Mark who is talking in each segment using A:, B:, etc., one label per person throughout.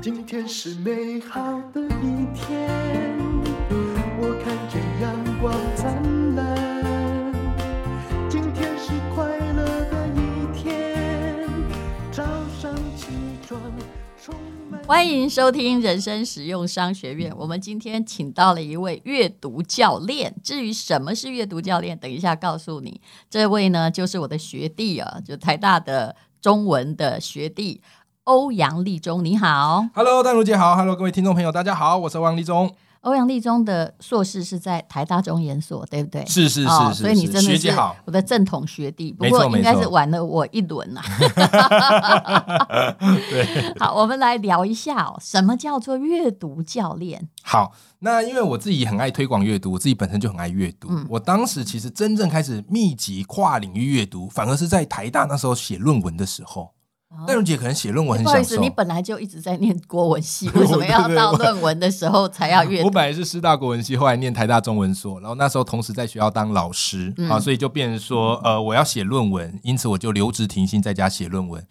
A: 今天是美好的一天，我看见阳光灿烂。今天是快乐的一天，早上起床充满。
B: 欢迎收听人生实用商学院。我们今天请到了一位阅读教练。至于什么是阅读教练，等一下告诉你。这位呢，就是我的学弟啊，就台大的中文的学弟欧阳立中。你好，
C: Hello，淡如姐好，Hello，各位听众朋友，大家好，我是王立忠。
B: 欧阳立中的硕士是在台大中研所，对不对？
C: 是是
B: 哦
C: 是是
B: 所以你真的
C: 学
B: 是
C: 姐好
B: 我的正统学弟，不
C: 没错
B: 过应该
C: 没错
B: 是晚了我一轮 啊。对， 好，我们来聊一下哦，什么叫做阅读教练？
C: 好，那因为我自己很爱推广阅读，我自己本身就很爱阅读。
B: 嗯
C: 我当时其实真正开始密集跨领域阅读，反而是在台大那时候写论文的时候。淡如姐可能写论文很
B: 哦不好意
C: 享
B: 思，
C: 受。
B: 你本来就一直在念国文 系，为什么要到论文的时候才要阅
C: 我
B: 读？
C: 本来是师大国文系，后来念台大中文所，然后那时候同时在学校当老师、
B: 嗯
C: 啊，所以就变成说，呃，我要写论文，因此我就留职停薪在家写论文。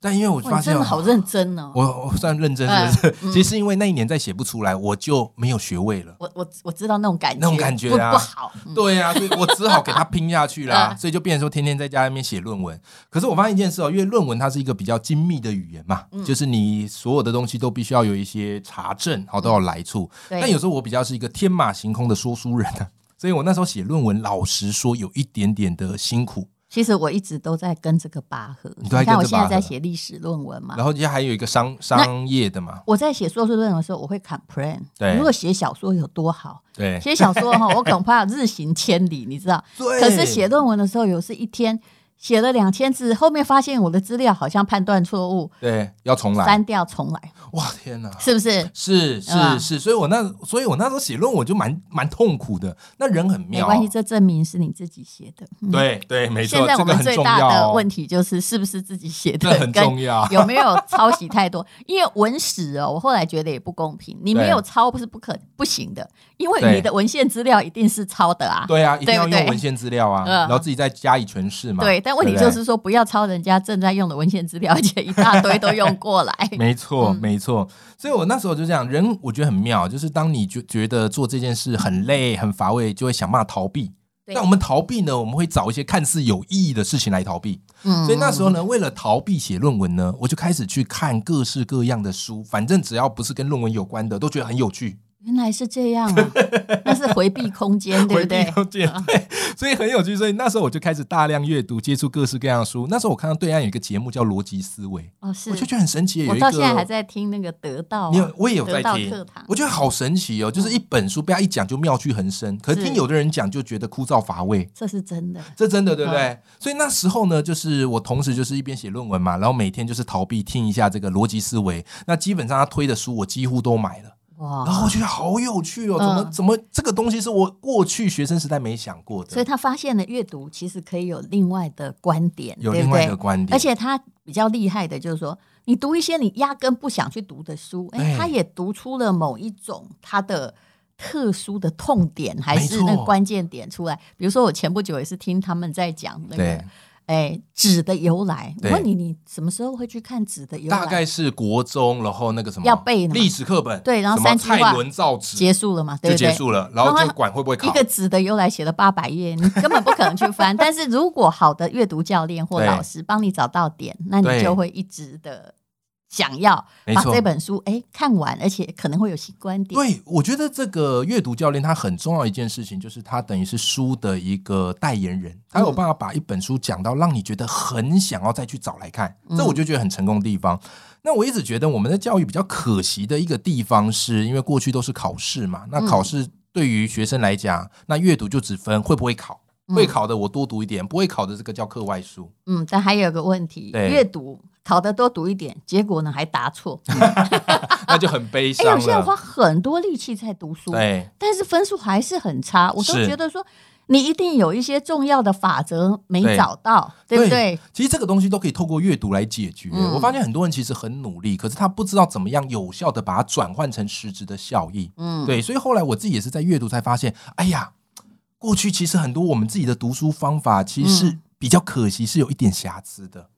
C: 但因为我
B: 哇，
C: 发
B: 你
C: 现
B: 真的
C: 哦
B: 好认真哦！
C: 我我算认真
B: 嗯
C: 是不是？ 其实是因为那一年再写不出来，我就没有学位了。
B: 我我我知道那种感觉，
C: 那种感觉
B: 不
C: 啊
B: 不好。嗯
C: 对呀、所以我只好 给他拼下去啦，
B: 嗯
C: 所以就变成说天天在家里面写论文。可是我发现一件事哦，因为论文它是一个比较精密的语言嘛，
B: 嗯
C: 就是你所有的东西都必须要有一些查证，好都要来处。
B: 嗯对
C: 但有时候我比较是一个天马行空的说书人啊， 所以我那时候写论文，老实说有一点点的辛苦。
B: 其实我一直都在跟这个拔河。
C: 你都在跟这拔河
B: 看我现在在写历史论文嘛
C: 然，后还有一个商商业的嘛，
B: 我在写硕士论文的时候，我会 complain。
C: 对
B: 如果写小说有多好，
C: 对
B: 写小说哈，我恐怕日行千里，你知道。
C: 对
B: 可是写论文的时候，有时一天写了两千字，后面发现我的资料好像判断错误，
C: 对要重来，
B: 删掉重来，
C: 哇天哪！
B: 是不是？
C: 是
B: 对吧
C: 是是，所以我那所以我那时候写论文我就蛮蛮痛苦的。那人很
B: 没
C: 妙，
B: 关系，这证明是你自己写的。嗯
C: 对对，没
B: 现
C: 错，
B: 在
C: 这
B: 我
C: 个
B: 们
C: 很
B: 最
C: 重
B: 大
C: 要
B: 的
C: 哦
B: 问题就是是不是自己写
C: 这
B: 的，
C: 很
B: 跟
C: 重要
B: 有没有抄袭太多？因为文史哦，我后来觉得也不公平，你没有抄不是不可不行的，因为
C: 对
B: 你的文献资料一定是抄的啊。
C: 对啊，一定
B: 对
C: 要
B: 不对
C: 用文献资料啊，
B: 嗯
C: 然后自己再加以诠释嘛。
B: 对但问题
C: 不对
B: 就是说，不要抄人家正在用的文献资料，而且一大堆都用过来。
C: 没错，
B: 嗯
C: 没错。所以我那时候就这样，人我觉得很妙，就是当你觉觉得做这件事很累、很乏味，就会想办法逃避。
B: 对
C: 但我们逃避呢，我们会找一些看似有意义的事情来逃避。
B: 嗯
C: 所以那时候呢，为了逃避写论文呢，我就开始去看各式各样的书，反正只要不是跟论文有关的，都觉得很有趣。
B: 原来是这样啊，那是回避空间，对
C: 回
B: 不
C: 避
B: 对？嗯
C: 空间，对，所以很有趣。所以那时候我就开始大量阅读，接触各式各样的书。那时候我看到对岸有一个节目叫《逻辑思维》，
B: 哦，是
C: 我。就觉得很神奇。有
B: 我
C: 一
B: 到
C: 个，
B: 现在还在听那个得到啊，
C: 你有我也有在
B: 得到
C: 听
B: 课堂，嗯
C: 我觉得好神奇哦。就是一本书被他一讲就妙趣横生，可是
B: 是
C: 听有的人讲就觉得枯燥乏味。
B: 这是真的。
C: 这真的对不对？所以那时候呢，就是我同时就是一边写论文嘛，然后每天就是逃避听一下这个逻辑思维。那基本上他推的书我几乎都买了，然
B: 哇！
C: 后我觉得好有趣哦，怎么、
B: 哦嗯
C: 怎么这个东西是我过去学生时代没想过的。
B: 所以他发现了阅读其实可以有另外的观点，
C: 有
B: 对不
C: 另外一
B: 对
C: 个观点，
B: 而且他比较厉害的就是说，你读一些你压根不想去读的书，哎，
C: 对
B: 他也读出了某一种他的。特殊的痛点还是
C: 没错
B: 那个关键点出来，比如说我前不久也是听他们在讲那个
C: 对，
B: 哎纸的由来。我
C: 对
B: 问你，你什么时候会去看纸的由来？
C: 大概是国中，然后那个什么
B: 要背呢
C: 历史课本，
B: 对然后
C: 什么
B: 三句话
C: 蔡伦造纸
B: 结束了嘛？对
C: 就
B: 不对
C: 结？束了，然后
B: 然后
C: 就管会不会
B: 一
C: 考
B: 个。纸的由来写了八百页，你根本不可能去 翻。但是如果好的阅读教练或
C: 对
B: 老师帮你找到点，那你
C: 对
B: 就会一直的想要
C: 没
B: 把
C: 错
B: 这本书哎看完，而且可能会有新观点。
C: 对，我觉得这个阅读教练他很重要一件事情，就是他等于是书的一个代言人，他
B: 嗯
C: 有办法把一本书讲到让你觉得很想要再去找来看，这
B: 嗯
C: 我就觉得很成功的地方。那我一直觉得我们的教育比较可惜的一个地方是，因为过去都是考试嘛，那
B: 嗯
C: 考试对于学生来讲，那阅读就只分会不会考，会考的我多读一点，不会考的这个叫课外书。
B: 嗯，但还有个问题，
C: 对
B: 阅读考得多读一点，结果呢还答错。
C: 那就很悲
B: 哎，
C: 伤
B: 有些人
C: 了。
B: 花很多力气在读书，
C: 对
B: 但是分数还是很差，我都
C: 是
B: 觉得说你一定有一些重要的法则没
C: 对
B: 找到，对不对？
C: 其实这个东西都可以透过阅读来解决。
B: 嗯
C: 我发现很多人其实很努力，可是他不知道怎么样有效的把它转换成实质的效益。
B: 嗯，
C: 对，所以后来我自己也是在阅读才发现，哎呀，过去其实很多我们自己的读书方法其
B: 嗯
C: 实是比较可惜，是有一点瑕疵的。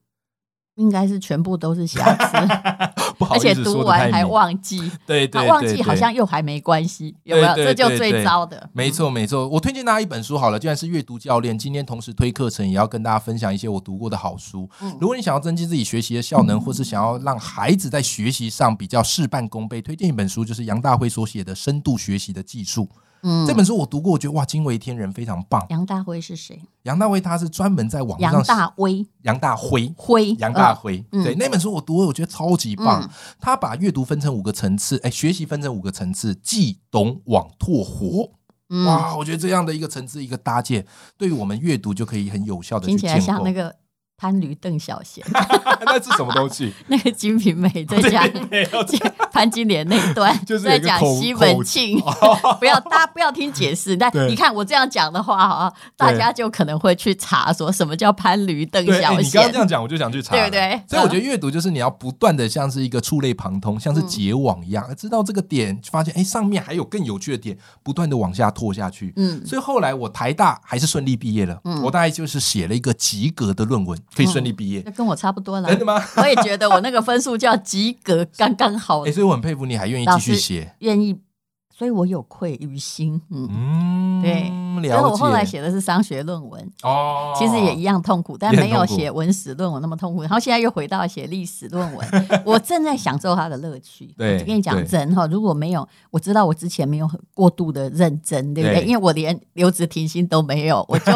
B: 应该是全部都是瑕疵。
C: 不好
B: 而
C: 意
B: 且
C: 思
B: 读
C: 说的
B: 完
C: 太
B: 还
C: 明，
B: 忘记，
C: 对对
B: 他
C: 对，
B: 忘记好
C: 对
B: 像又还没关系，有没有？这
C: 对对
B: 就
C: 对
B: 最
C: 对
B: 糟的。
C: 没错，没错。我推荐大家一本书好了，既然是阅读教练，今天同时推课程，也要跟大家分享一些我读过的好书。
B: 嗯
C: 如果你想要增进自己学习的效能，或是想要让孩子在学习上比较事半功倍，推荐一本书，就是杨大辉所写的《深度学习的技术》
B: 嗯
C: 这本书，我读过，我觉得哇，惊为天人，非常棒。
B: 杨大辉是谁？
C: 杨大辉他是专门在网上
B: 杨大威
C: 杨大辉。
B: 辉，
C: 杨大
B: 呃
C: 辉，
B: 嗯
C: 对那本书我读了，我觉得超级棒。
B: 嗯
C: 他把阅读分成五个层次，哎，学习分成五个层次：记、懂、网、拓、活。
B: 嗯，
C: 哇，我觉得这样的一个层次一个搭建，对于我们阅读就可以很有效的去
B: 听起来
C: 建
B: 像
C: 构。
B: 那个潘驴邓小贤，
C: 那是什么东西？
B: 那个《金瓶梅》在 讲
C: 没有
B: 潘金莲那一段，
C: 就是有
B: 在
C: 一个
B: 讲
C: 口哦
B: 西门庆。 不要，大家不要听解 释。但
C: 对
B: 你看我这样讲的话啊，大
C: 对
B: 家就可能会去查说什么叫潘驴邓
C: 对，哎
B: 小
C: 你刚刚这
B: 贤。
C: 样讲，我就想去查
B: 对
C: 了，
B: 不对嗯
C: 所以我觉得阅读就是你要不断的像是一个触类旁通，像是结网一样，知道这个点，发现哎上面还有更有趣的点，不断的往下拓下去。
B: 嗯，
C: 所以后来我台大还是顺利毕业了，
B: 嗯
C: 我大概就是写了一个及格的论文，可以顺利毕业。
B: 那跟我差不多了
C: 真。的吗？
B: 我也觉得我那个分数叫及格，刚刚好
C: 哎、，所以我很佩服你还愿意
B: 老
C: 继
B: 师
C: 续写。
B: 愿意，所以我有愧于心。嗯，
C: 嗯，
B: 对所以
C: 了解。
B: 我后来写的是商学论文。
C: 哦，
B: 其实也一样痛苦，但
C: 也很
B: 没有
C: 痛苦
B: 写文史论文那么痛苦。然后现在又回到写历史论 文，我正在享受它的乐趣。
C: 对
B: 我就跟你讲
C: 对
B: 真哈，如果没有我知道我之前没有很过度的认真，对不对？
C: 对
B: 因为我连留职停薪都没有，我 就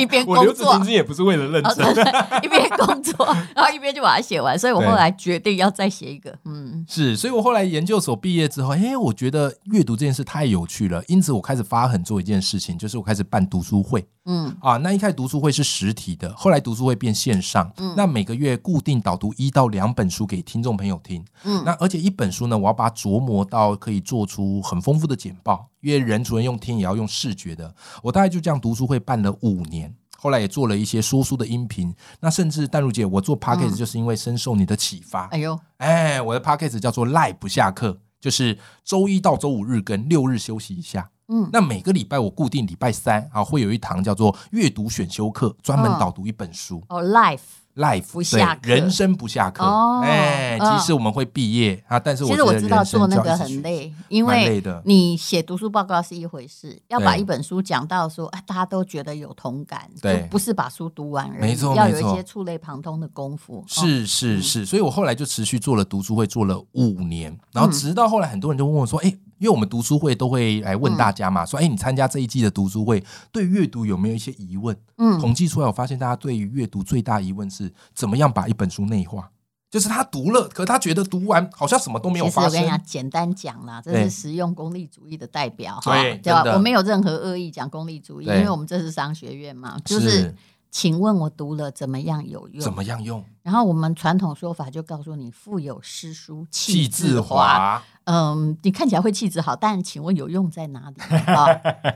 B: 一 边
C: 我
B: 工
C: 留职
B: 作哦
C: 停。薪也不是为了认
B: 然后
C: 真，
B: 一边工作，然后一边就把它写完，所以我后来决定要再写一个，嗯，
C: 是，所以我后来研究所毕业之后，哎，我觉得阅读这件事太有趣了，因此我开始发狠做一件事情，就是我开始办读书会
B: 嗯
C: 啊。那一开始读书会是实体的，后来读书会变线上，那每个月固定导读一到两本书给听众朋友听。
B: 嗯
C: 那而且一本书呢，我要把它琢磨到可以做出很丰富的简报，因为人除了用听，也要用视觉的。我大概就这样读书会办了五年。后来也做了一些说书的音频，那甚至淡如姐，我做 podcast 就是因为深受你的启发，
B: 哎呦，
C: 哎，我的 podcast 叫做“赖不下课”，就是周一到周五日更，六日休息一下。
B: 嗯
C: 那每个礼拜我固定礼拜三啊，会有一堂叫做阅读选修课，专门
B: 嗯
C: 导读一本书。
B: 哦，life，
C: Life
B: 不下课
C: 对人生不下课。
B: 哦
C: 哎，
B: 嗯
C: 即使我们会毕业啊，但是
B: 其
C: 我
B: 实
C: 觉
B: 我
C: 得
B: 知道
C: 人
B: 做
C: 生
B: 那
C: 就
B: 个
C: 要一直
B: 很
C: 学习。
B: 累，啊因
C: 蛮累
B: 为
C: 的
B: 你写读书报告是一回事，要把
C: 对
B: 一本书讲到说，啊，大家都觉得有同感，就
C: 对
B: 不是把书读完而已，
C: 没错
B: 要
C: 没
B: 有一
C: 错
B: 些触类旁通的功夫。哦，
C: 是是是，所以我后来就持续做了读书会，做了五年，然
B: 嗯
C: 后直到后来很多人就问我说：“哎、因为我们读书会都会来
B: 嗯
C: 问大家嘛，说：“哎、你参加这一季的读书会，对阅读有没有一些疑问？”
B: 嗯
C: 统计出来，我发现大家对于阅读最大疑问是怎么样把一本书内化，就是他读了，可他觉得读完好像什么都没有
B: 其实
C: 发
B: 我跟
C: 生
B: 你。讲，简单讲啦，这是
C: 对
B: 实用功利主义的代表哈，
C: 对
B: 对吧啊
C: 真？的
B: 我没有任何恶意讲功利主义，因
C: 对
B: 为我们这是商学院嘛，就是请问我读了怎么样有用？
C: 怎么样用
B: 然后我们传统说法就告诉你，腹有诗书
C: 气
B: 自
C: 自
B: 华。
C: 华？
B: 嗯，你看起来会气质好，但请问有用在哪里啊？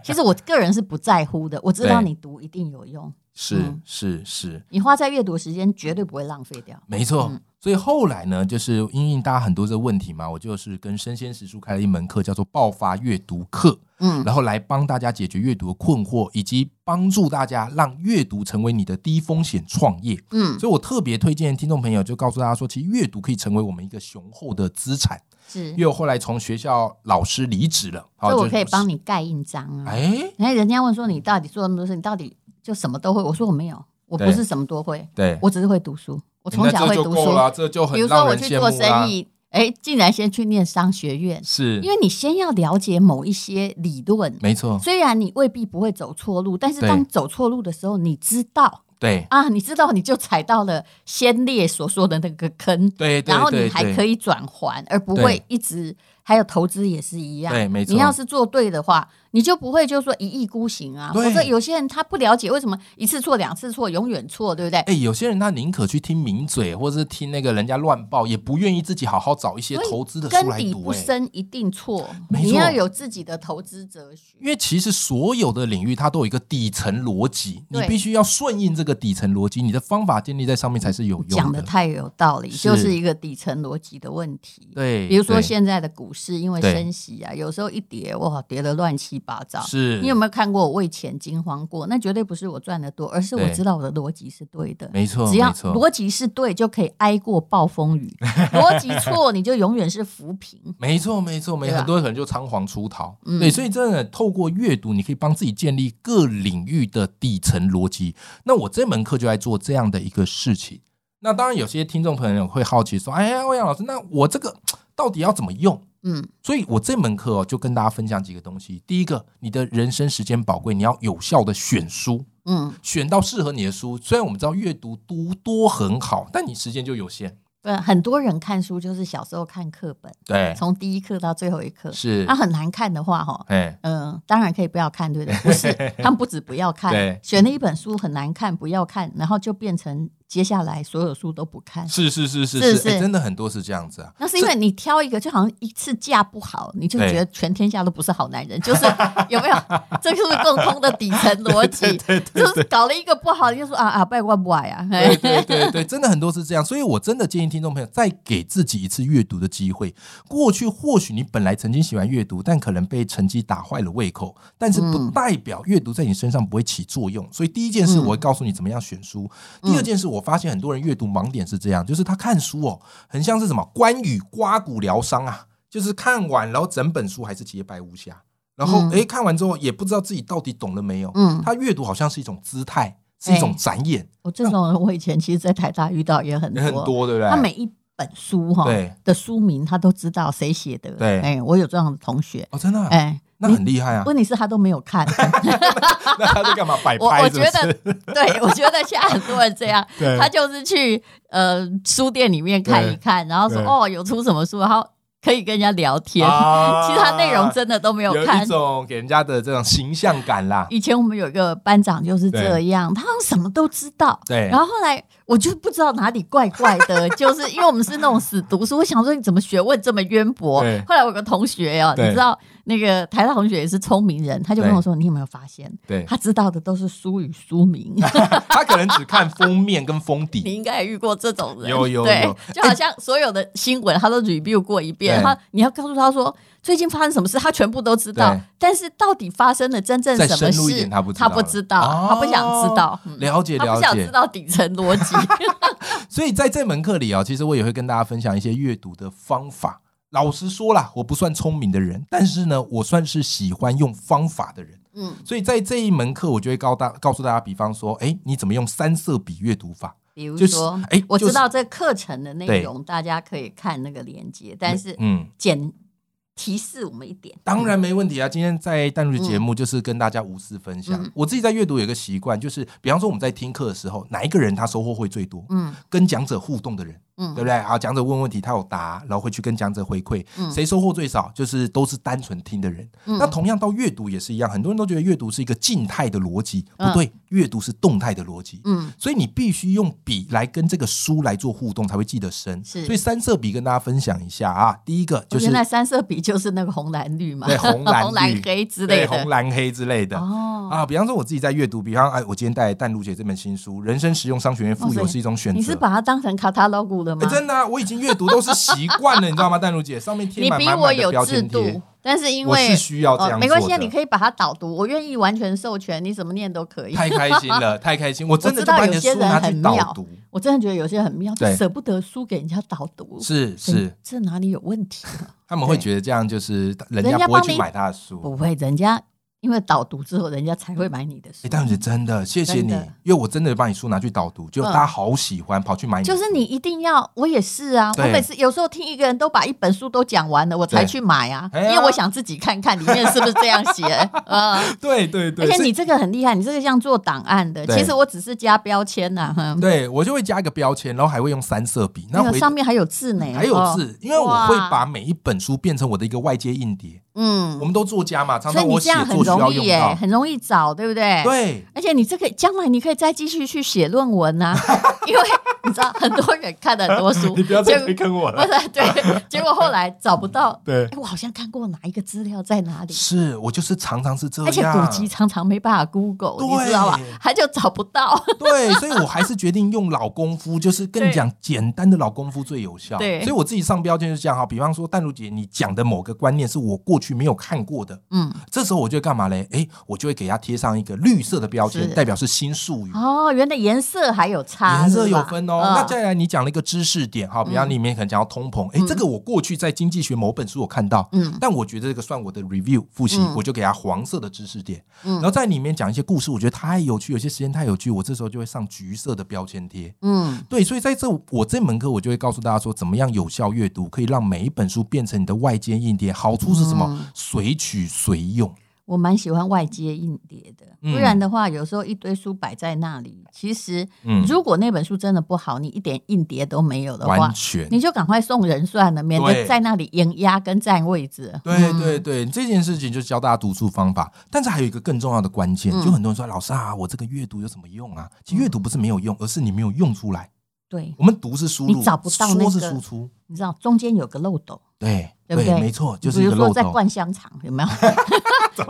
B: 其实我个人是不在乎的，我知道
C: 对
B: 你读一定有用，
C: 是
B: 嗯
C: 是是，
B: 你花在阅读时间绝对不会浪费掉。
C: 没错。
B: 嗯
C: 所以后来呢，就是因应大家很多这个问题嘛，我就是跟生鲜时书开了一门课，叫做“爆发阅读课”。
B: 嗯
C: 然后来帮大家解决阅读的困惑，以及帮助大家让阅读成为你的低风险创业。
B: 嗯，
C: 所以我特别推荐听众朋友，就告诉大家说，其实阅读可以成为我们一个雄厚的资产。
B: 是
C: 因，为我后来从学校老师离职了，
B: 所以嗯我可以帮
C: 你。
B: 你盖印章啊。
C: 哦哎，
B: 然后人家问说你到底做那么多事，你到底就什么都会？我说我没有，我不
C: 对
B: 是什么都会，
C: 对，
B: 我只是会读书，我
C: 你
B: 从
C: 那
B: 小
C: 这
B: 会
C: 就
B: 读
C: 够
B: 书。
C: 了，这就
B: 比
C: 很
B: 如说
C: 让
B: 我
C: 人
B: 去
C: 羡
B: 做
C: 慕
B: 生
C: 啦。
B: 意，哎，竟然先去念商学院，
C: 是
B: 因，为你先要了解某一些理论，
C: 没错，
B: 虽然你未必不会走错路，但是
C: 嗯对
B: 当走错路的时候，你知道
C: 对
B: 啊，你知道你就踩到了先烈所说的那个坑，
C: 对对，
B: 然后你还可
C: 以
B: 以转还，而不会
C: 对
B: 一直。还有投资也是一样，
C: 对没错
B: 你要是做对的话，你就不会就说一意孤行啊。
C: 对
B: 否则有些人他不了解为什么一次错、两次错，永远错，对不对？
C: 哎，有些人他宁可去听名嘴，或者是听那个人家乱报，也不愿意自己好好找一些
B: 所以
C: 投资的
B: 根
C: 书来
B: 底
C: 读。
B: 不
C: 哎，
B: 深一定错，
C: 没错
B: 你要有自己的投资哲学。
C: 因为其实所有的领域它都有一个底层逻辑，你
B: 对
C: 必须要顺应这个底层逻辑，你的方法建立在上面才是有用
B: 讲的太有道理，
C: 是
B: 就是一个底层逻辑的问题。
C: 对，
B: 比如说
C: 对
B: 现在的股市因为
C: 对
B: 升息啊，有时候一跌哇，跌得乱七八糟。
C: 是
B: 你有没有看过我啊为钱惊慌过？那绝对不是我赚的多，而是我
C: 对
B: 知道我的逻辑是对的。
C: 没错，
B: 只要
C: 没错
B: 逻辑是对，就可以挨过暴风 雨；逻辑错，你就永远是浮萍。
C: 没错，没错，没
B: 对啊
C: 很多人可能就仓皇出逃。
B: 嗯
C: 对，所以真的透过阅读，你可以帮自己建立各领域的底层逻辑。那我这门课就在做这样的一个事情。那当然，有些听众朋友会好奇说：“哎呀，欧阳老师，那我这个到底要怎么用？”
B: 嗯，
C: 所以我这门课哦，就跟大家分享几个东西。第一个，你的人生时间宝贵，你要有效的选书，
B: 嗯，
C: 选到适合你的书。虽然我们知道阅读读多很好，但你时间就有限。
B: 对，很多人看书就是小时候看课本，
C: 对，
B: 从第一课到最后一课。
C: 是
B: 那、，很难看的话，哈，
C: 哎，
B: 嗯，当然可以不要看，对不对？不 是，他们不止不要看
C: 对，
B: 选了一本书很难看，不要看，然后就变成接下来所有书都不看。
C: 是是是是
B: 是
C: 是，哎
B: 是
C: 真的很多是这样子啊。
B: 那是因为你挑一个，就好像一次嫁不好，你就
C: 对
B: 觉得全天下都不是好男人，就是 有没有？这就是共通的底层逻辑，就是搞了一个不好，你就说啊啊，拜怪不怪啊，
C: 对
B: 嘿
C: 对对对，真的很多是这样，所以我真的建议听众朋友再给自己一次阅读的机会。过去或许你本来曾经喜欢阅读，但可能被成绩打坏了胃口，但是不
B: 嗯
C: 代表阅读在你身上不会起作用。所以第一件事，
B: 嗯
C: 我会告诉你怎么样选书；第二件事，我发现很多人阅读盲点是这样，就是他看书哦，很像是什么关羽刮骨疗伤啊，就是看完然后整本书还是洁白无瑕，然后
B: 嗯
C: 诶看完之后也不知道自己到底懂了没有。
B: 嗯
C: 他阅读好像是一种姿态，是一种
B: 哎
C: 展演。
B: 我这种人，我以前其实，在台大遇到也很
C: 也很
B: 多，
C: 多，对不对？
B: 他每一本书哈
C: 对
B: 的书名，他都知道谁写的。
C: 对
B: 哎，我有这样的同学，
C: 哦，真的啊、
B: 哎，
C: 那很厉害啊！
B: 问题是他都没有看。
C: 那他在干嘛摆
B: 我
C: 拍？
B: 我
C: 是
B: 觉
C: 不是
B: 得，对我觉得现在很多人这样，
C: 对
B: 他就是去呃书店里面看一看，然后说
C: 对
B: 哦有出什么书，然后可以跟人家聊天。
C: 啊
B: 其实他内容真的都没有
C: 有
B: 看
C: 一。种给人家的这种形象感啦。
B: 以前我们有一个班长就是这样，他好像什么都知道。
C: 对
B: 然后后来我就不知道哪里怪怪 的，就是因为我们是那种死读书，我想说你怎么学问这么渊博
C: 对？
B: 后来我有个同学哦，你
C: 对
B: 知道那个台大同学也是聪明人，他就跟我说：“你有没有发现，
C: 对，
B: 他知道的都是书与书 名？”
C: 他可能只看封面跟封
B: 你
C: 底，
B: 应该也遇过这种人，
C: 有有
B: 对
C: 有，
B: 就好像所有的新闻他都 review 过一遍，
C: 对
B: 然后你要告诉他说最近发生什么事，他全部都知道
C: 对，
B: 但是到底发生了真正
C: 再
B: 什么
C: 深入一
B: 事，
C: 点他不知道
B: 他不知道，
C: 了哦
B: 他不想知道，嗯
C: 了解
B: 他不
C: 了
B: 想
C: 解
B: 知。道底层逻 辑。
C: 所以在这门课里啊、其实我也会跟大家分享一些阅读的方法。老实说啦，我不算聪明的人，但是呢，我算是喜欢用方法的人。
B: 嗯，
C: 所以在这一门课，我就会告大告诉大家，比方说，哎，你怎么用三色笔阅读法？
B: 比如
C: 就是
B: 说，
C: 哎
B: 我
C: 就是
B: 知道这课程的内容，大家可以看那个链接，但是
C: 嗯，
B: 简提示我们一点，
C: 当然没问题啊！今天在淡如姐节目就是跟大家无私分享。
B: 嗯
C: 我自己在阅读有一个习惯，就是比方说我们在听课的时候，哪一个人他收获会最多？
B: 嗯
C: 跟讲者互动的人，
B: 嗯
C: 对不对？好，讲者问问题，他有答，然后会去跟讲者回馈，
B: 嗯
C: 谁收获最少？就是都是单纯听的人。
B: 嗯
C: 那同样到阅读也是一样，很多人都觉得阅读是一个静态的逻辑，
B: 嗯
C: 不对，阅读是动态的逻辑。
B: 嗯
C: 所以你必须用笔来跟这个书来做互动，才会记得深。
B: 是
C: 所以三色笔跟大家分享一下啊。第一个就
B: 我
C: 是
B: 原来三色笔就是那个红蓝绿 嘛，
C: 对红蓝
B: 红蓝
C: 绿
B: 黑之
C: 对
B: 类
C: 红
B: 的。
C: 蓝黑之类的。
B: 哦，
C: 啊，比方说我自己在阅读，比方哎，我今天带淡如姐这本新书《人生实用商学院富
B: 哇
C: 有
B: 塞
C: 是一种选择》，
B: 你是把它当成卡塔 logo 了
C: 哎
B: 吗？
C: 真的啊、我已经阅读都是习惯了，你知道吗？淡如姐上面贴
B: 你
C: 满
B: 比
C: 满
B: 我
C: 满的
B: 有
C: 标
B: 制
C: 签贴
B: 度，，但是因
C: 我
B: 为
C: 是需要这样做的
B: 没关系，啊，你可以把它导读，我愿意完全授权，你怎么念都可以。
C: 太开心了，太开心！我真的
B: 知
C: 就
B: 道
C: 把
B: 有
C: 你的
B: 些
C: 书
B: 人
C: 拿
B: 很
C: 去导
B: 妙
C: 读，
B: 我真的觉得有些人很妙，就
C: 对
B: 舍不得输给人家导读，
C: 是
B: 这
C: 是，
B: 这哪里有问题 啊？
C: 他们会
B: 对
C: 觉得这样就是人
B: 人
C: 家
B: 家
C: 不会
B: 帮
C: 去
B: 你
C: 买他的书。
B: 不会，人家因为导读之后，人家才会买你的书
C: 哎，。淡如姐真的谢谢
B: 真
C: 你
B: 的，
C: 因为我真的把你书拿去导读，就
B: 嗯
C: 大家好喜欢，跑去买你的
B: 就
C: 书。
B: 是你一定要，我也是啊。我
C: 对
B: 每次有时候听一个人都把一本书都讲完了，我才
C: 对
B: 去买啊，因
C: 哎呀
B: 为我想自己看看里面是不是这样 写。嗯，
C: 对对对，
B: 而且
C: 所以
B: 你这个很厉害，你这个像做档案的，
C: 对
B: 其实我只是加标签呐、哈，
C: 对我就会加一个标签，然后还会用三色笔。那
B: 那个
C: 回嗯
B: 上面还有字呢，
C: 还有
B: 哦
C: 字，因为我会
B: 哇
C: 把每一本书变成我的一个外接硬碟，
B: 嗯
C: 我，们都作家嘛，常
B: 所以
C: 常
B: 你
C: 我
B: 这
C: 写
B: 样很
C: 作需要
B: 容易
C: 用
B: 耶、
C: 到。
B: 很容易找，对不对？。
C: 对，
B: 而且你这个将来你可以再继续去写论文呐、 因为你知道很多人看了很多书，
C: 你不要再
B: 结
C: 推
B: 果
C: 坑我
B: 不
C: 了。
B: 是 对，结果后来找不到。
C: 对
B: 哎，，我好像看过哪一个资料在哪里，
C: 是我就是常常是这样。
B: 而且古籍常常没办法 Google，你
C: 对
B: 知道吧？他就找不到。
C: 对，所以我还是决定用老功夫，就是跟你讲简单的老功夫最有效。
B: 对
C: 所以我自己上标签就是这样哈。比方说，淡如姐你讲的某个观念是我过去没有看过的，
B: 嗯，
C: 这时候我就会干嘛嘞？哎，我就会给它贴上一个绿色的标签，
B: 是
C: 代表是新术语。
B: 哦，原来颜色还有差，
C: 颜色
B: 是吧
C: 有分哦。
B: 嗯
C: 那再来，你讲了一个知识点哈，比方里面可能讲到通膨，哎、这个我过去在经济学某本书有看到，
B: 嗯
C: 但我觉得这个算我的 review 复习，
B: 嗯
C: 我就给它黄色的知识点，
B: 嗯
C: 然后在里面讲一些故事，我觉得太有趣，有些时间太有趣，我这时候就会上橘色的标签贴。
B: 嗯，
C: 对，所以在这我这门课，我就会告诉大家说，怎么样有效阅读，可以让每一本书变成你的外接硬碟。好处是什么？
B: 嗯
C: 随取随用。
B: 我蛮喜欢外接硬碟的，
C: 嗯
B: 不然的话，有时候一堆书摆在那里，其实
C: 嗯
B: 如果那本书真的不好，你一点硬碟都没有的话
C: 完，全
B: 你就赶快送人算了，免得
C: 对
B: 在那里硬压跟占位置。嗯
C: 对对对，这件事情就是教大家读书方法，但是还有一个更重要的关键，
B: 嗯
C: 就很多人说老师啊，我这个阅读有什么用啊？其实阅读不是没有用，而是你没有用出来。
B: 对，
C: 我们读是输入，
B: 你找不到那个
C: 说是输出，
B: 你知道中间有个漏斗，
C: 对
B: 对不对
C: 没错，就是一
B: 比
C: 个
B: 如说
C: 漏
B: 在
C: 洞。
B: 灌香肠，有 没有？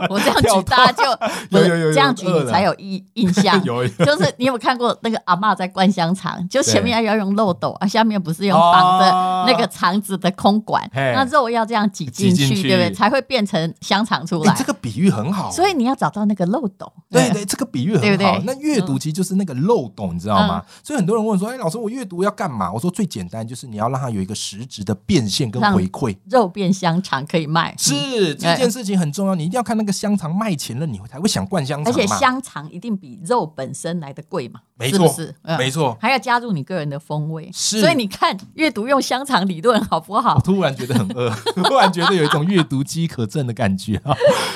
B: 我这样举大家就不
C: 有
B: 是
C: 有有有
B: 这样举你
C: 饿了。
B: 才有印印象
C: 有
B: 就是你有没有看过那个阿嬷在灌香肠，就前面要用漏斗啊，下面不是用
C: 哦
B: 绑着那个肠子的空管，
C: 嘿
B: 那肉要这样挤进
C: 挤
B: 去，
C: 进去
B: 对不对？才会变成香肠出
C: 哎
B: 来。
C: 这个比喻很好，
B: 所以你要找到那个漏斗。
C: 对对，这个比喻很好。
B: 对不嗯对
C: 那阅读其实就是那个漏洞，你知道吗？所以很多人问说：“哎，老师，我阅读要干嘛？”我说最简单就是你要让它有一个实质的变现跟
B: 让嗯
C: 回馈。
B: 肉变香肠可以卖，嗯
C: 是这件事情很重要，你一定要看那个香肠卖钱了，你会才会想灌香肠
B: 而
C: 嘛。
B: 且香肠一定比肉本身来的贵嘛，
C: 没
B: 是
C: 错
B: 不是？嗯
C: 没错
B: 还要加入你个人的风味。
C: 是
B: 所以你看阅读用香肠理论好不
C: 我
B: 好？
C: 突然觉得很 饿，突然觉得有一种阅读饥渴症的感觉啊。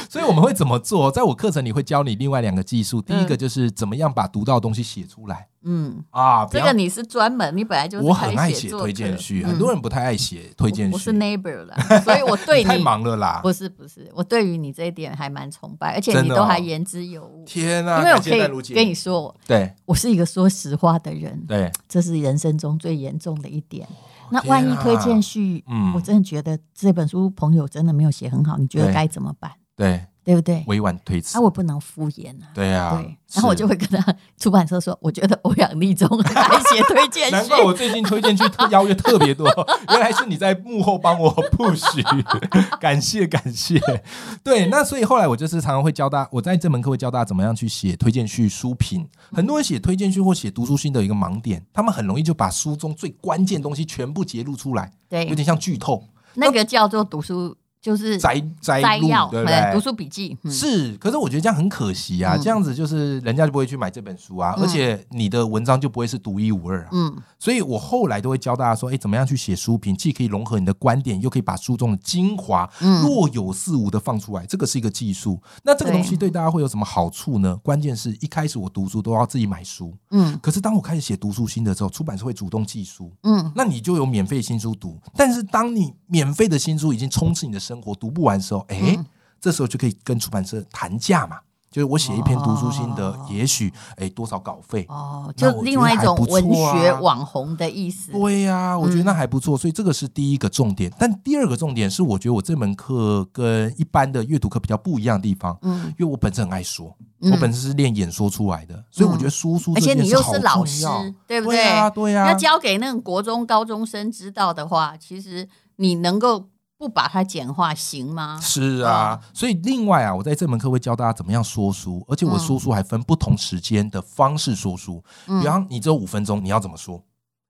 C: 所以我们会怎么做？在我课程里会教你另外两个技术，第一个就是怎么样把读到的东西写出来
B: 嗯，
C: 啊。
B: 这
C: 不
B: 个
C: 要
B: 你是专门，你本来就是
C: 我很
B: 开
C: 爱
B: 写
C: 写
B: 作
C: 推荐
B: 课
C: 序，
B: 嗯
C: 很多人不太爱写推荐
B: 我是
C: 序，
B: neighbor 了，所以我对
C: 你太
B: 你
C: 忙了啦。
B: 不是不是，我对于你这一点还蛮崇拜，而且你
C: 真的
B: 都
C: 哦
B: 还言之有物。
C: 天啊，
B: 因为我
C: 感谢
B: 可
C: 淡如
B: 以
C: 姐
B: 跟你说，
C: 对
B: 我是一个说实话的人，
C: 对哦
B: 这是人生中最严重的一点。那万一推荐序，
C: 啊嗯
B: 我真的觉得这本书朋友真的没有写很好，你觉得
C: 对
B: 该怎么办？
C: 对，
B: 对不对？
C: 委婉推辞
B: 啊，。我不能敷衍啊。
C: 对啊
B: 对，，然后我
C: 是
B: 就会跟他出版社说，我觉得欧阳立中很爱写推荐
C: 难
B: 序
C: 怪，我最近推荐去特邀约特别多，原来是你在幕后帮我 push，感 谢感谢。对，那所以后来我就是常常会教大家，我在这门课会教大家怎么样去写推荐序、书评。很多人写推荐序或写读书心得有一个盲点，他们很容易就把书中最关键东西全部揭露出来，有
B: 对
C: 点，像剧透、
B: 那个叫做读书，就是
C: 摘摘
B: 摘
C: 录
B: 要，，
C: 对不
B: 哎
C: 对？
B: 读书笔记，嗯
C: 是，可是我觉得这样很可惜啊，
B: 嗯
C: 这样子就是人家就不会去买这本书啊，而且你的文章就不会是独一无二啊。
B: 嗯，
C: 所以我后来都会教大家说，哎，怎么样去写书评，既可以融合你的观点，又可以把书中的精华
B: 嗯
C: 若有似无的放出来，这个是一个技术。那这个东西对大家会有什么好处呢？关键是一开始我读书都要自己买书，
B: 嗯
C: 可是当我开始写读书心得之后，出版社会主动寄书。
B: 嗯，
C: 那你就有免费新书读，但是当你免费的新书已经充斥你的生活，读不完的时候，哎、
B: 嗯
C: 这时候就可以跟出版社谈价嘛，就是我写一篇读书心得，
B: 哦
C: 也许哎多少稿费，
B: 哦，
C: 那
B: 就
C: 我
B: 另
C: 觉得
B: 外一
C: 还
B: 种
C: 不
B: 文
C: 错
B: 学
C: 啊
B: 网红的意思。
C: 对呀、我觉得那还不错，所以这个是第一个重点。但第二个重点是，我觉得我这门课跟一般的阅读课比较不一样的地方，
B: 嗯，
C: 因为我本身很爱说，
B: 嗯
C: 我本身是练演说出来的，所以我觉得说书
B: 而
C: 这
B: 且
C: 件
B: 你
C: 事
B: 又
C: 好
B: 是
C: 重
B: 老师
C: 要。，
B: 对不
C: 对啊，对呀、
B: 要教给那种国中、高中生知道的话，其实你能够不把它简化行吗？
C: 是啊，
B: 嗯
C: 所以另外啊，我在这门课会教大家怎么样说书，而且我说书还分不同时间的方式说书。
B: 嗯
C: 比方你只有五分钟，你要怎么说？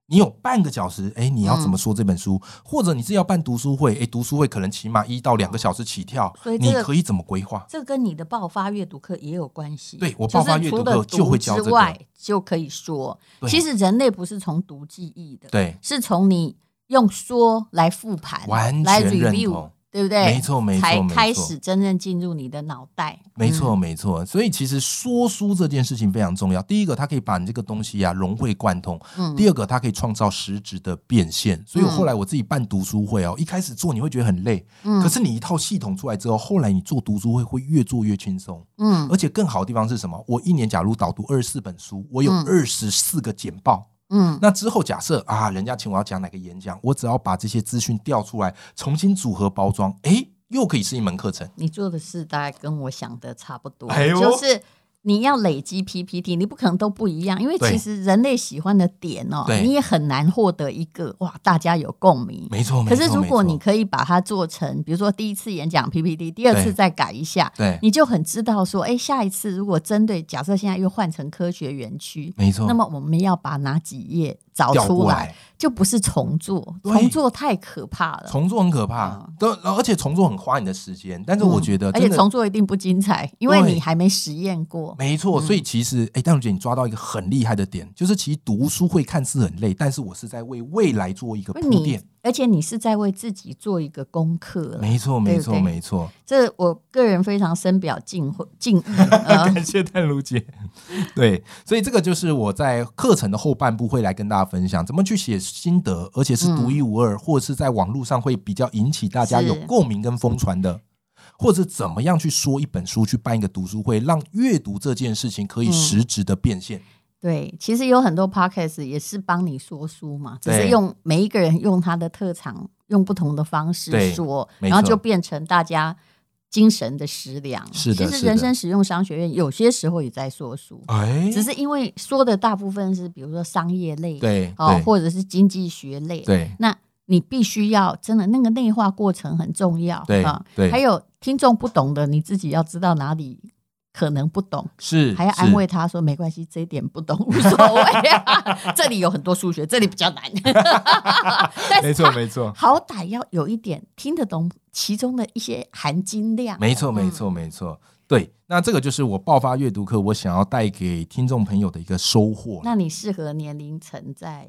C: 你有半个小时，哎，你要怎么说这本书？
B: 嗯
C: 或者你是要办读书会，哎，读书会可能起码一到两个小时起跳，
B: 所以这
C: 你
B: 个
C: 可以怎么规划？
B: 这跟你的爆发阅读课也有关系。
C: 对我
B: 就是
C: 爆发阅读课
B: 除了
C: 就会
B: 读
C: 教这
B: 之
C: 个
B: 外，就可以说，
C: 对
B: 其实人类不是从读记忆的，
C: 对，
B: 是从你用说来复盘，
C: 完
B: 来
C: 全认
B: review
C: 同。
B: 对不对？
C: 没错没错
B: 才
C: 没错
B: 开始真正进入你的脑袋。
C: 没
B: 嗯
C: 错，没错。所以其实说书这件事情非常重要。第一个，它可以把你这个东西啊融会贯通；
B: 嗯
C: 第二个，它可以创造实质的变现。所以我
B: 嗯
C: 后来我自己办读书会哦，一开始做你会觉得很累，
B: 嗯
C: 可是你一套系统出来之后，后来你做读书会会越做越轻松。
B: 嗯
C: 而且更好的地方是什么？我一年假如导读二十四本书，我有
B: 嗯
C: 二十四个简报。
B: 嗯
C: 那之后假设啊，人家请我要讲哪个演讲，我只要把这些资讯调出来，重新组合包装，诶，又可以是一门课程。
B: 你做的事大概跟我想的差不多，
C: 哎呦
B: 就是你要累积 PPT，你不可能都不一样，因为
C: 对
B: 其实人类喜欢的点哦，
C: 对
B: 你也很难获得一个哇，大家有共鸣。
C: 没错，没
B: 可
C: 错。
B: 是如果
C: 没错
B: 你可以把它做成，比如说第一次演讲 PPT，第二次
C: 对
B: 再改一下，
C: 对，
B: 你就很知道说，哎，下一次如果针对假设现在又换成科学园区，
C: 没错。
B: 那么我们要把哪几页找
C: 嗯调
B: 出
C: 过
B: 来，
C: 来，
B: 就不是重做，
C: 对
B: 重做太可怕了。
C: 重做很可怕
B: 啊，
C: 都、而且重做很花你的时间。但是我觉
B: 嗯
C: 得
B: 而
C: 真
B: 且
C: 的、
B: 重做一定不精彩，因为
C: 对
B: 你还没实验过。
C: 没错，所以其实哎，淡如姐你抓到一个很厉害的点，就是其实读书会看似很累，但是我是在为未来做一个铺
B: 你
C: 垫。，
B: 而且你是在为自己做一个功课了。
C: 没错，没错，
B: 对
C: 没错。
B: 这我个人非常深表敬会 敬意。呃
C: 感谢淡如姐。 对，所以这个就是我在课程的后半部会来跟大家分享，怎么去写心得，而且是独一无二，或者是在网络上会比较引起大家
B: 嗯是
C: 有共鸣跟疯传的。或者怎么样去说一本书，去办一个读书会，让阅读这件事情可以
B: 嗯
C: 实质的变现。
B: 对，其实有很多 podcast 也是帮你说书嘛，只是
C: 对
B: 用每一个人用他的特长，用不同的方式
C: 对
B: 说，
C: 没
B: 然后
C: 错
B: 就变成大家精神的食粮。
C: 是的
B: 其
C: 是
B: 实
C: 的
B: 人生实用商学院有些时候也在说书，
C: 哎
B: 只是因为说的大部分是比如说商业类，
C: 对
B: 哦
C: 哎对，
B: 或者是经济学类，
C: 对
B: 那你必须要真的那个内化过程很重要，啊
C: 对对
B: 还有听众不懂的，你自己要知道哪里可能不懂，
C: 是
B: 还要安慰他说没关系，这一点不懂无所谓、 啊，这里有很多数学，这里比较难， 但是他
C: 没错
B: 好歹要有一点听得懂其中的一些含金量，
C: 没错，没错，没错。对，那这个就是我爆发阅读课，我想要带给听众朋友的一个收获。
B: 那你适合年龄层在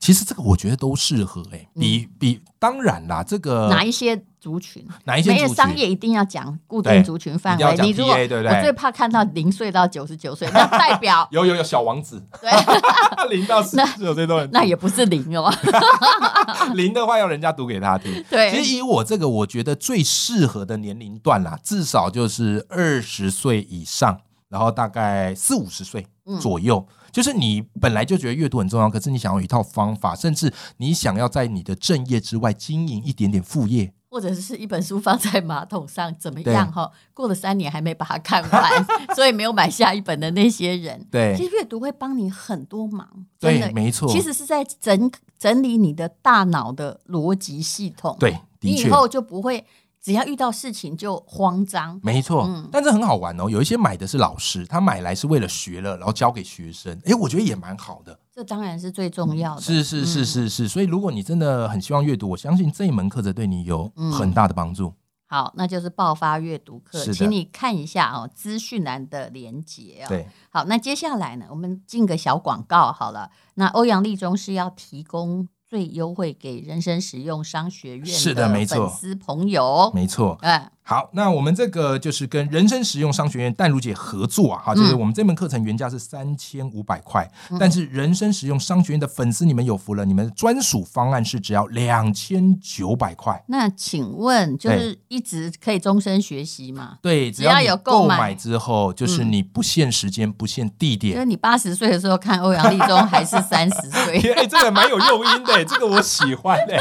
C: 其实这个我觉得都适合、欸，哎，比比当然啦，这个
B: 嗯哪一些族群？
C: 呃哪一些
B: 没有
C: 族群
B: 商业一定要讲固定
C: 对
B: 族群范
C: 一定要
B: 围。
C: 讲
B: 你如果
C: TA 对不对
B: 我最怕看到零岁到九十九岁，那代表
C: 有有有小 王子，
B: 对，
C: 零到十九岁都很
B: 那也啊不是零哦。
C: 零的话要人家读给他听。其
B: 对，
C: 实以我这个，我觉得最适合的年龄段啦，至少就是二十岁以上，然后大概四五十岁
B: 嗯
C: 左右。就是你本来就觉得阅读很重要，可是你想要有一套方法，甚至你想要在你的正业之外经营一点点副业，
B: 或者是一本书放在马桶上怎么样哈？过了三年还没把它看完， 所以没有买下一本的那些人，
C: 对
B: 其实阅读会帮你很多忙，真
C: 对，
B: 的。
C: 没错，
B: 其实是在整整理你的大脑的逻辑系统，，
C: 对，
B: 你
C: 的
B: 以
C: 确。
B: 后就不会只要遇到事情就慌张，
C: 没错，
B: 嗯
C: 但是很好玩哦。有一些买的是老师，他买来是为了学了，然后教给学生。诶，我觉得也蛮好的。
B: 这当然是最重要的。
C: 嗯
B: 嗯
C: 是是是是是，所以如果你真的很希望阅读，我相信这一门课程对你有
B: 嗯
C: 很大的帮助。
B: 好，那就是爆发阅读课
C: 是，的
B: 请你看一下哦，资讯栏的连接哦。
C: 对，
B: 好，那接下来呢，我们进个小广告好了。那欧阳立中是要提供最优惠给人生实用商学院
C: 是的没错
B: 粉丝朋友，
C: 没错。
B: 哎，
C: 好，那我们这个就是跟人生实用商学院淡如姐合作啊，哈，就是
B: 嗯
C: 我们这门课程原价是三千五百块，但是人生实用商学院的粉丝你们有福了，你们的专属方案是只要两千九百块。
B: 那请问
C: 哎
B: 就是一直可以终身学习吗？
C: 对，
B: 只
C: 只
B: 要
C: 要你
B: 有购
C: 购
B: 买
C: 买之后，就是
B: 嗯
C: 你不限时间、不限地点
B: 就是，你八十岁的时候看欧阳立中还是三十岁，
C: 哎、这个蛮有诱因的、这个我喜欢的、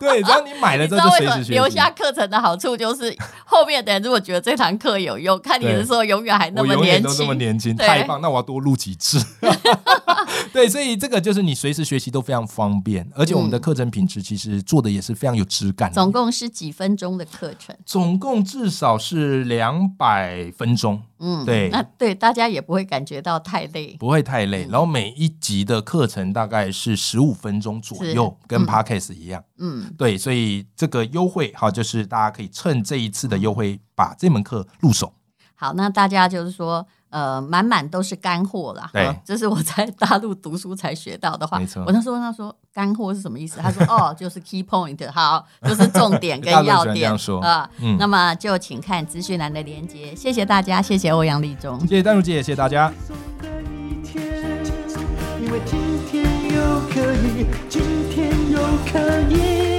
C: 对，只要你买了
B: 你
C: 之
B: 知
C: 后
B: 道为
C: 就随
B: 什么
C: 时学习。
B: 留下课程的好处就是，后面的人如果觉得这堂课有用，看你的时候永远还那
C: 我
B: 么
C: 永远
B: 年
C: 都这
B: 轻
C: 么。年轻，
B: 对
C: 太棒！那我要多录几次。 对，所以这个就是你随时学习都非常方便，而且我们的课程品质其实做的也是非常有质感
B: 嗯
C: 的。
B: 总共是几分钟的课程？
C: 总共至少是两百分钟，
B: 嗯，
C: 对
B: 那对大家也不会感觉到太累。
C: 不会太
B: 嗯
C: 累。然后每一集的课程大概是十五分钟左右，
B: 是
C: 跟
B: 嗯
C: podcast 一样。
B: 嗯，
C: 对，所以这个优惠哈，
B: 嗯
C: 就是大家可以趁这一次的优惠把这门课入手。
B: 好，那大家就是说，呃，满满都是干货啦。
C: 对
B: 哈这是我在大陆读书才学到的话。
C: 哎没错
B: 我那时候问他说干货是什么意思？他说哦，就是 key point，好， 就是重点跟
C: 大陆喜
B: 要
C: 欢这
B: 点
C: 样说
B: 啊。
C: 嗯
B: 那么就请看资讯栏的连接。谢谢大家，谢谢欧阳立中。
C: 谢谢丹如姐，谢谢大家。
A: 松的一天，因为今天又可以，今天又可以。